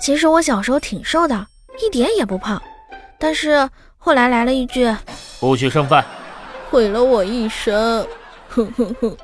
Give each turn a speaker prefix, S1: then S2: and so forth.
S1: 其实我小时候挺瘦的，一点也不胖，但是后来来了一句
S2: 不许剩饭。
S1: 毁了我一生。哼哼哼，